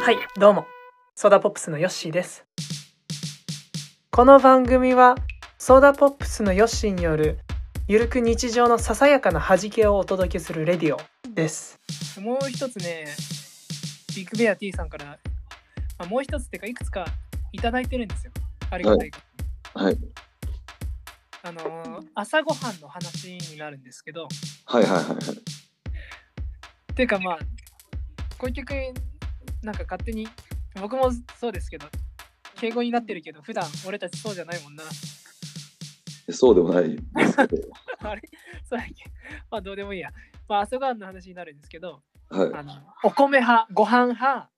はいどうもソーダポップスのヨッシーですこの番組はソーダポップスのヨッシーによるゆるく日常のささやかな弾けをお届けするレディオですもう一つねビッグベア T さんから、まあ、もう一つっていうかいくつかいただいてるんですよありがたいことにはい。あのー朝ごはんの話になるんですけどはいはいはいはい。っていうかまあこういう曲なんか勝手に僕もそうですけど敬語になってるけど普段俺たちそうじゃないもん なそうでもないですけど。あれそうだっけまあどうでもいいやまあ朝ごはんの話になるんですけどあはい。のお米派ご飯派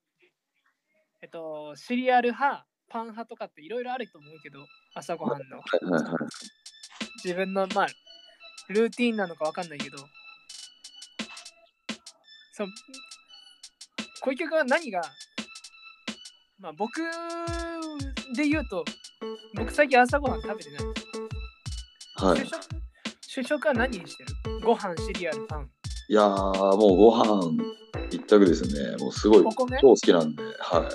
えっとシリアル派パン派とかっていろいろあると思うけど朝ごはんのはいはいはい。自分のまあルーティンなのかわかんないけどそう小池君は何がまあ僕で言うと僕最近朝ごはん食べてない、はい、主食主食は何にしてるご飯シリアルパンいやー、もうご飯一択ですね。もうすごい、お超米好きなんで。はい。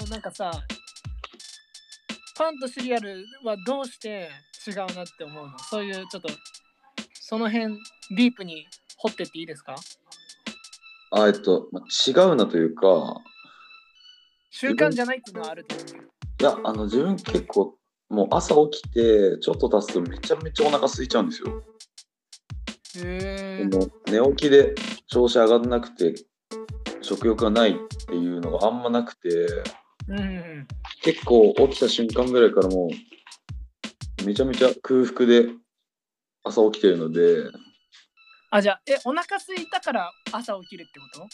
そうなんかさパンとシリアルはどうして違うなって思うのそういうちょっとその辺ディープに掘ってっていいですかあえっと、ま違うなというか、習慣じゃないっていうのはあると思うけどいや、あの、自分結構、もう朝起きて、ちょっと経つとめちゃめちゃお腹空いちゃうんですよ。へでも寝起きで調子上がんなくて、食欲がないっていうのがあんまなくて、うんうん結構起きた瞬間ぐらいからもうめちゃめちゃ空腹で朝起きてるのであじゃあえお腹空いたから朝起きるってこ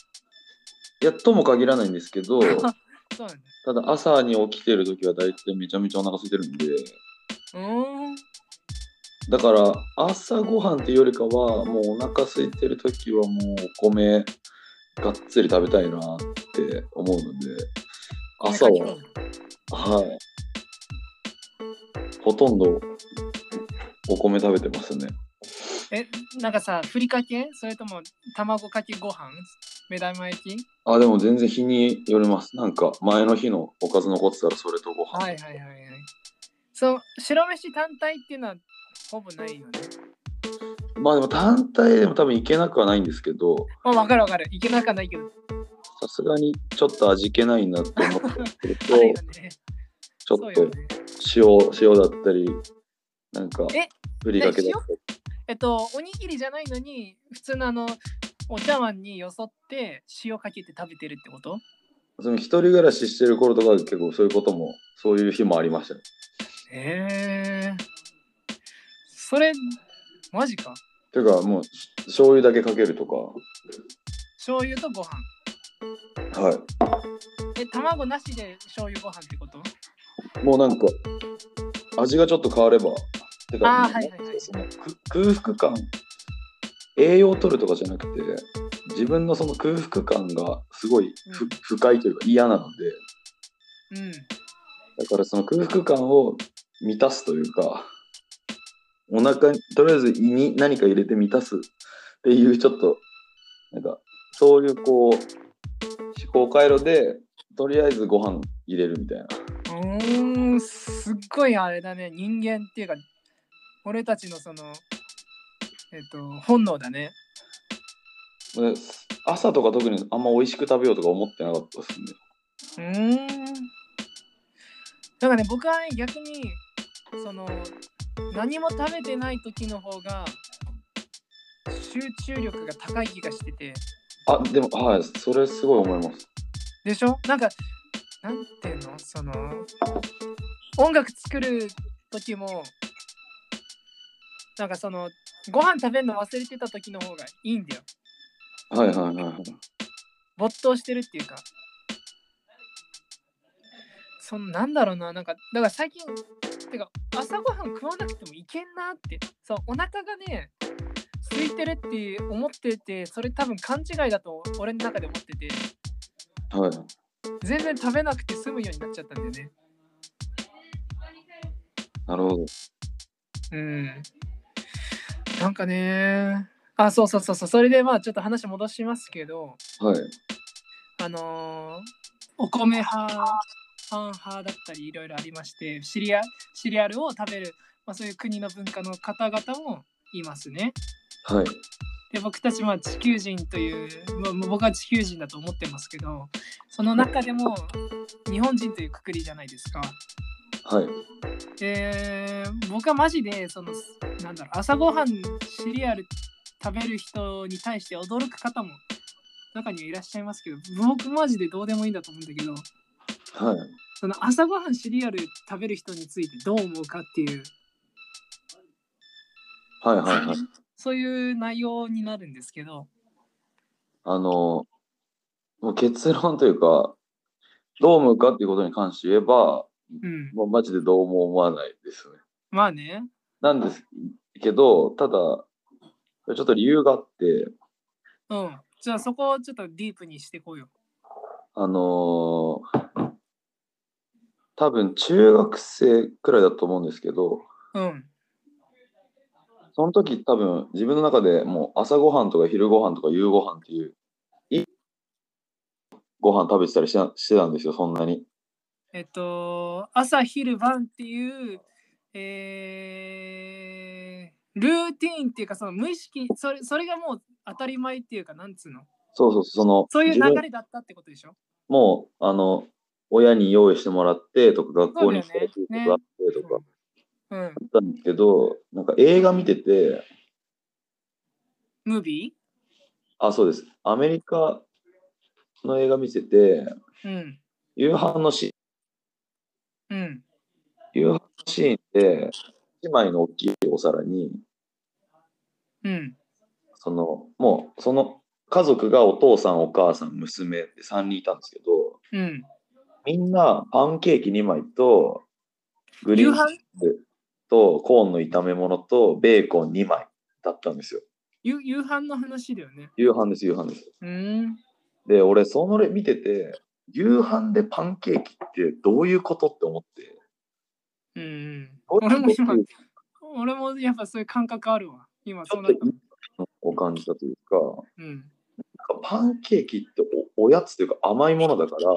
いやとも限らないんですけ どたとそうなんだだ朝に起きてる時は大体めちゃめちゃお腹空いてるんでうーんだから朝ごはんっていうよりかはもうお腹空いてる時はもうお米がっつり食べたいなって思うので朝お腹空はいはいほとんどお米食べてますねたえなんかさふりかけそれとも卵かけご飯目玉焼きあ、でも全然日によります。なんか前の日のおかず残ってたらそれとご飯。はいはいはいはいそう白飯単体っていうのはほぼないよねまあでも単体でも多分いけなくはないんですけど、まあ分かる分かるいけなくはないけどさすがにちょっと味気ないなって思ってる あるよと、ねちょそうっよとね塩、塩だったり、なんかえ、ふりかけだったり。えっとおにぎりじゃないのに普通のあのお茶碗によそって塩かけて食べてるってことその一人暮らししてる頃とかは結構そういうことも、そういう日もありましたね。へえそれマジかてかもう醤油だけかけるとか、醤油とご飯はい。え卵なしで醤油ご飯ってこともうなんか味がちょっと変わればてかあーはいはいはいそのく空腹感栄養を取るとかじゃなくて自分のその空腹感がすごいふ、うん不快というか嫌なのでうんだからその空腹感を満たすというかお腹にとりあえず胃に何か入れて満たすっていうちょっとなんかそういうこう思考回路でとりあえずご飯入れるみたいな。うーんすっごいあれだね人間っていうか俺たちのそのえっと本能だねで朝とか特にあんま美味しく食べようとか思ってなかったですね。うーんなんかね僕はね逆にその何も食べてない時の方が集中力が高い気がしててあ、でも、はい、それすごい思います。でしょなんかなんていうのその音楽作る時もなんかそのご飯食べるの忘れてた時の方がいいんだよはいはいはいはい。没頭してるっていうかそのなんだろうななんかだから最近てか朝ごはん食わなくてもいけんなってそうお腹がね空いてるって思っててそれ多分勘違いだと俺の中で思っててはい、全然食べなくて済むようになっちゃったんだよねなるほど。うんなんかねあそうそうそうそうそれでまあちょっと話戻しますけどはい。あのーお米派パン派だったりいろいろありましてシリアシリアルを食べる、まあ、そういう国の文化の方々もいますね。はい。で僕たちは地球人という、まあ、僕は地球人だと思ってますけどその中でも日本人というくくりじゃないですか。はい。で僕はマジでそのなんだろう朝ごはんシリアル食べる人に対して驚く方も中にはいらっしゃいますけど僕マジでどうでもいいんだと思うんだけどはい。その朝ごはんシリアル食べる人についてどう思うかっていうはいはいはい。そういう内容になるんですけどあの、もう結論というか、どう思うかっていうことに関して言えば、うんもうマジでどうも思わないですね。まあねなんですけど、ただ、これちょっと理由があって、うんじゃあそこをちょっとディープにしてこうよあのー多分中学生くらいだと思うんですけど、うんその時多分自分の中でもう朝ごはんとか昼ごはんとか夕ごはんっていう、いご飯食べてたりしてしてたんですよ、そんなに。えっと朝昼晩っていうえールーティーンっていうかその無意識それそれがもう当たり前っていうかなんつうのそうそう、その、そういう自分流れだったってことでしょもう、あの、親に用意してもらってとか、学校に来そうてだよねとかあってとか、うんあったんですけど、なんか映画見てて、ムービあ、そうです。アメリカの映画見てて、ーうん夕飯のシうんーン、夕飯のシーンで、一枚の大きいお皿に、うんその、もう、その家族がお父さん、お母さん、娘って3人いたんですけど、うんみんなパンケーキ2枚と、グリー夕ン飯とコーンの炒め物とベーコン2枚だったんですよ。夕夕飯の話だよね夕飯です、夕飯です。うーんで、俺、その例見てて、夕飯でパンケーキってどういうことって思って。うんうんどうい俺もうこと今俺もやっぱそういう感覚あるわ今ちそょうっなとっ違たを感じたというか、うんなんかパンケーキっておおやつというか甘いものだから、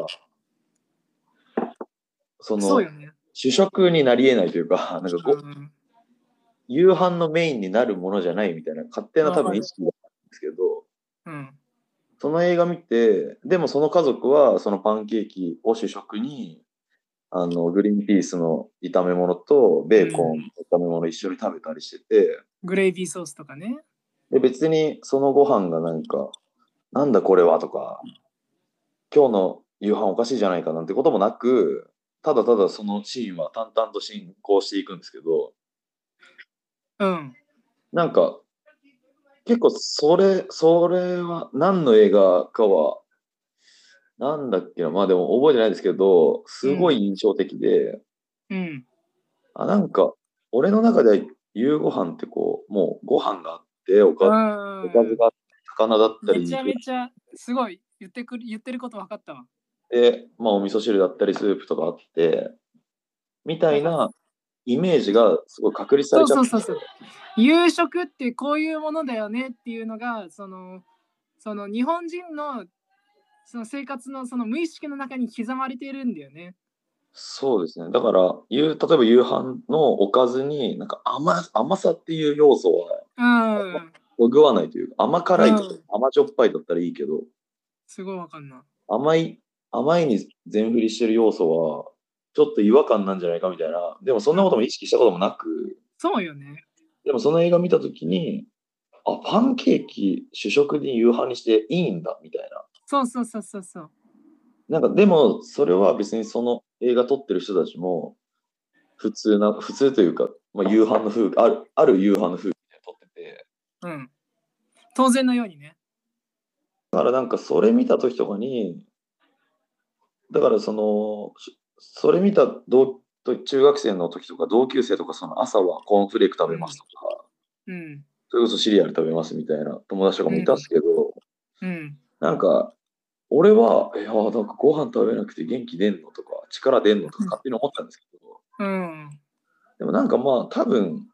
そのそうよね主食になり得ないというか、 なんかごうん夕飯のメインになるものじゃないみたいな勝手な多分意識があるんですけど、うんその映画見て、でもその家族はそのパンケーキを主食に、あの、グリーンピースの炒め物とベーコンの炒め物一緒に食べたりしてて、グレイビーソースとかねで、別にそのご飯がなんか、なんだこれはとか、今日の夕飯おかしいじゃないかなんてこともなく、ただただそのシーンは淡々と進行していくんですけど、うんなんか、結構それ、それは何の映画かは、なんだっけな、まあでも覚えてないですけど、すごい印象的で、うんあ、なんか、俺の中では夕ご飯ってこう、もうご飯があって、おうか,、んおかずがあって、魚だったりめちゃめちゃすごい言ってくる言ってること分かったわ。で、まあ、お味噌汁だったりスープとかあって、みたいなイメージがすごい確立さそれうちそうゃっそうそう。夕食ってこういうものだよねっていうのがそのその日本人のその生活のその無意識の中に刻まれているんだよね。そうですね。だから、夕例えば夕飯のおかずに、なんか甘甘さっていう要素はうん。ほぐわないというか、甘辛いとか、うん甘じょっぱいだったらいいけど、すごいわかんない。甘い、甘いに全振りしてる要素は、ちょっと違和感なんじゃないかみたいな、でもそんなことも意識したこともなく、そうよね。でもその映画見たときに、あ、パンケーキ主食に夕飯にしていいんだ、みたいな。そうそうそうそうそう。なんかでも、それは別にその映画撮ってる人たちも、普通な、普通というか、まあ、夕飯の風景、ある、ある夕飯の風景で撮ってて、うん。当然のようにね。だからなんかそれ見た時とかに、だからその、しそれ見た同と中学生の時とか、同級生とか、その朝はコーンフレーク食べますとか、うん。それこそシリアル食べますみたいな友達とかもいたんですけど、うん。なんか、俺は、いや、なんかご飯食べなくて元気出んのとか、力出んのとか勝手に思ったんですけど、うん。でもなんかまあ、多分、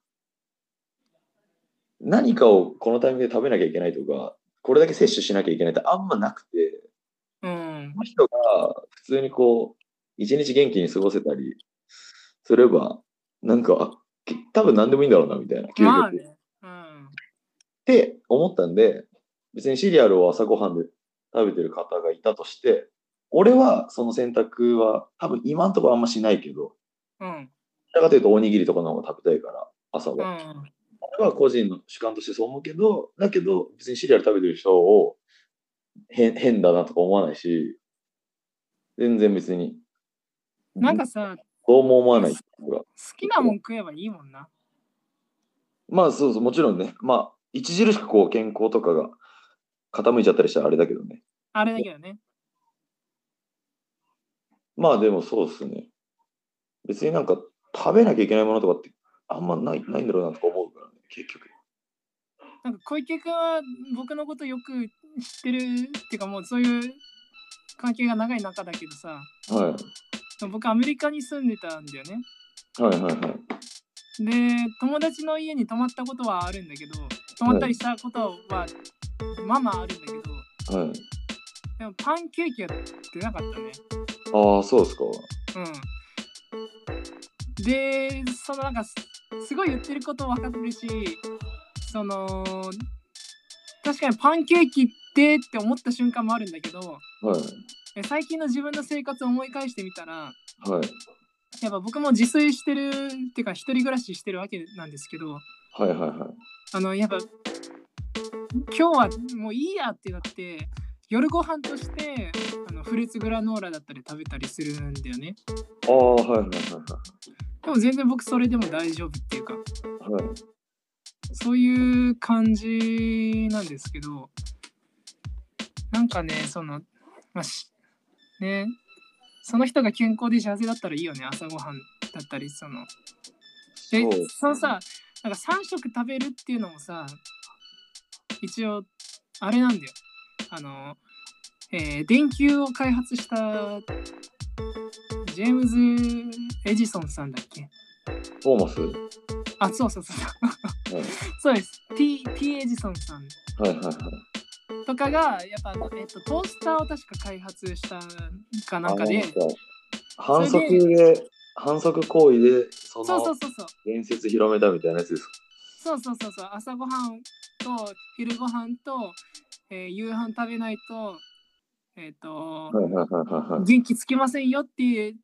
何かをこのタイミングで食べなきゃいけないとか、これだけ摂取しなきゃいけないってあんまなくて、ううんこの人が普通にこう、一日元気に過ごせたりすれば、なんか、け多分何でもいいんだろうな、みたいな、究極。まあねうんって思ったんで、別にシリアルを朝ごはんで食べてる方がいたとして、俺はその選択は多分今んところあんましないけど、うんだからというとおにぎりとかの方が食べたいから、朝うは。ん俺は個人の主観としてそう思うけど、だけど別にシリアル食べてる人を変変だなとか思わないし、全然別に。なんかさどうも思わない。ほら好きなもん食えばいいもんなまあそうそう、もちろんね。まあ、著しくこう健康とかが傾いちゃったりしたらあれだけどね。あれだけどねまあでもそうですね。別になんか食べなきゃいけないものとかってあんまないないんだろうなとか思うからね、結局。なんか小池君は僕のことよく知ってるっていうかもうそういう関係が長い中だけどさは僕アメリカに住んでたんだよねい。はいはいはい。で友達の家に泊まったことはあるんだけど泊まったりしたことはまあまああるんだけどはい、でもパンケーキは出なかったねああ、そうですか。うんでそのなんかすすごい言ってること分かってるしその確かにパンケーキってって思った瞬間もあるんだけどはい。え最近の自分の生活を思い返してみたらはい。やっぱ僕も自炊してるっていうか一人暮らししてるわけなんですけどはいはいはい。あのやっぱ今日はもういいやってなって夜ご飯としてあのフルーツグラノーラだったり食べたりするんだよねああ、はいはいはいでも全然僕それでも大丈夫っていうかはい。はい、そういう感じなんですけどなんかねそのまあしねその人が健康で幸せだったらいいよね朝ごはんだったりそのえそうそのさなんか3食食べるっていうのもさ一応あれなんだよあの、えー電球を開発したジェームズ・エジソンさんだっけトーマス。あそうそうそう そううんそうです T, T ・エジソンさんはいはいはい。とかがやっぱあの、えっと、トースターを確か開発したか なんかであの反そ則れで、反則行為で、そそうそうのそうそう伝説広めたみたいなやつですか。そうそうそうそう朝ごはんと昼ごはんと、えー夕飯食べないとえっ、と、はいはいはいはいはい。元気つきませんよっていう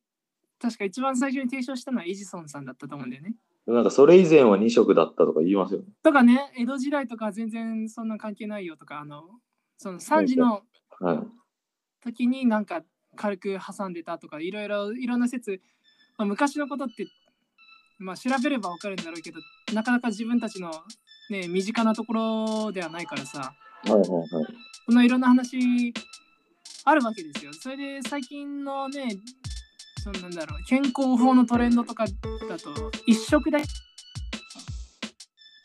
確か一番最初に提唱したのはエジソンさんだったと思うんだよね。でもなんかそれ以前は2色だったとか言いますよね。とかね江戸時代とか全然そんな関係ないよとかあのその3時のはい。時になんか軽く挟んでたとかいろいろいろんな説、まあ、昔のことって、まあ、調べればわかるんだろうけどなかなか自分たちの、ね、身近なところではないからさはいはいはい。そのいろんな話あるわけですよ。それで最近のねそのなんだろう健康法のトレンドとかだと一食だけ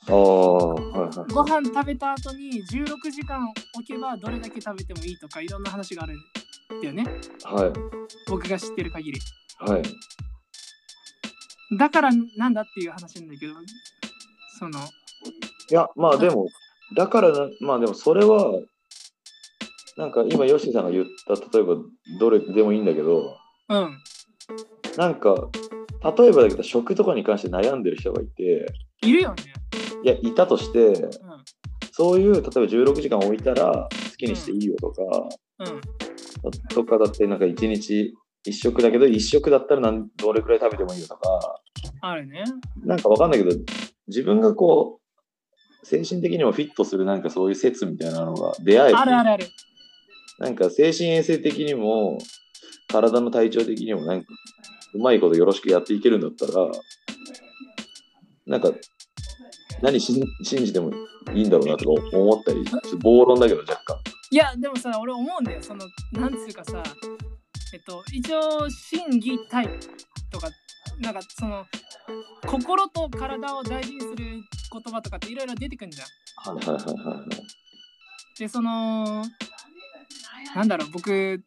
ああ、はいはいはい。ご飯食べた後に16時間置けばどれだけ食べてもいいとかいろんな話があるんだよねはい。僕が知ってる限り。はい。だからなんだっていう話なんだけど、その、いや、まあでも、だからな、まあでもそれは、なんか今、ヨシさんが言った、例えば、どれでもいいんだけど、うん、なんか、例えばだけど、食とかに関して悩んでる人がいて、いるよね。いや、いたとして、うん、そういう、例えば16時間置いたら、好きにしていいよとか、うん、とかだって、なんか1日1食だけど、1食だったらなんどれくらい食べてもいいよとか、あるね。なんかわかんないけど、自分がこう、精神的にもフィットするなんかそういう説みたいなのが出会えて、あるあるある。なんか精神衛生的にも、体の体調的にも、なんか、うまいことよろしくやっていけるんだったら、なんか、何信信じてもいいんだろうなとか思ったり、ちょっと暴論だけど若干。いや、でもさ、俺思うんだよ。その、なんつうかさ、えっと、一応、心技体とか、なんかその、心と体を大事にする言葉とかっていろいろ出てくるじゃん。はいはいはいはいはい。で、その、なんだろう、僕、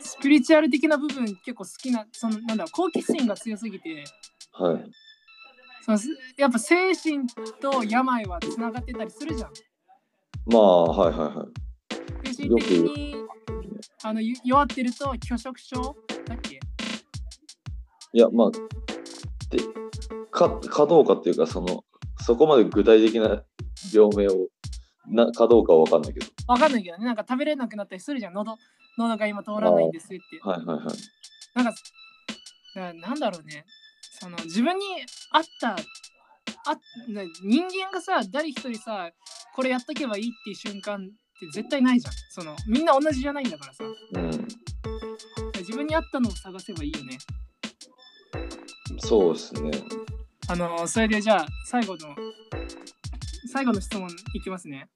スピリチュアル的な部分結構好きな、その、なんだろう、好奇心が強すぎて、はい、そのすやっぱ精神と病はつながってたりするじゃん。まあ、はいはいはい。精神的にあのゆ弱ってると拒食症だっけいや、まあ、で、か、かどうかっていうか、その、そこまで具体的な病名を、な、かどうかはわかんないけど。わかんないけどねなんか食べれなくなったりするじゃん喉喉が今通らないんですってはいはいはい。なんかななんだろうねその自分に合ったあな人間がさ誰一人さこれやっとけばいいっていう瞬間って絶対ないじゃんそのみんな同じじゃないんだからさうん。自分に合ったのを探せばいいよねそうですね。あのそれでじゃあ最後の最後の質問いきますね。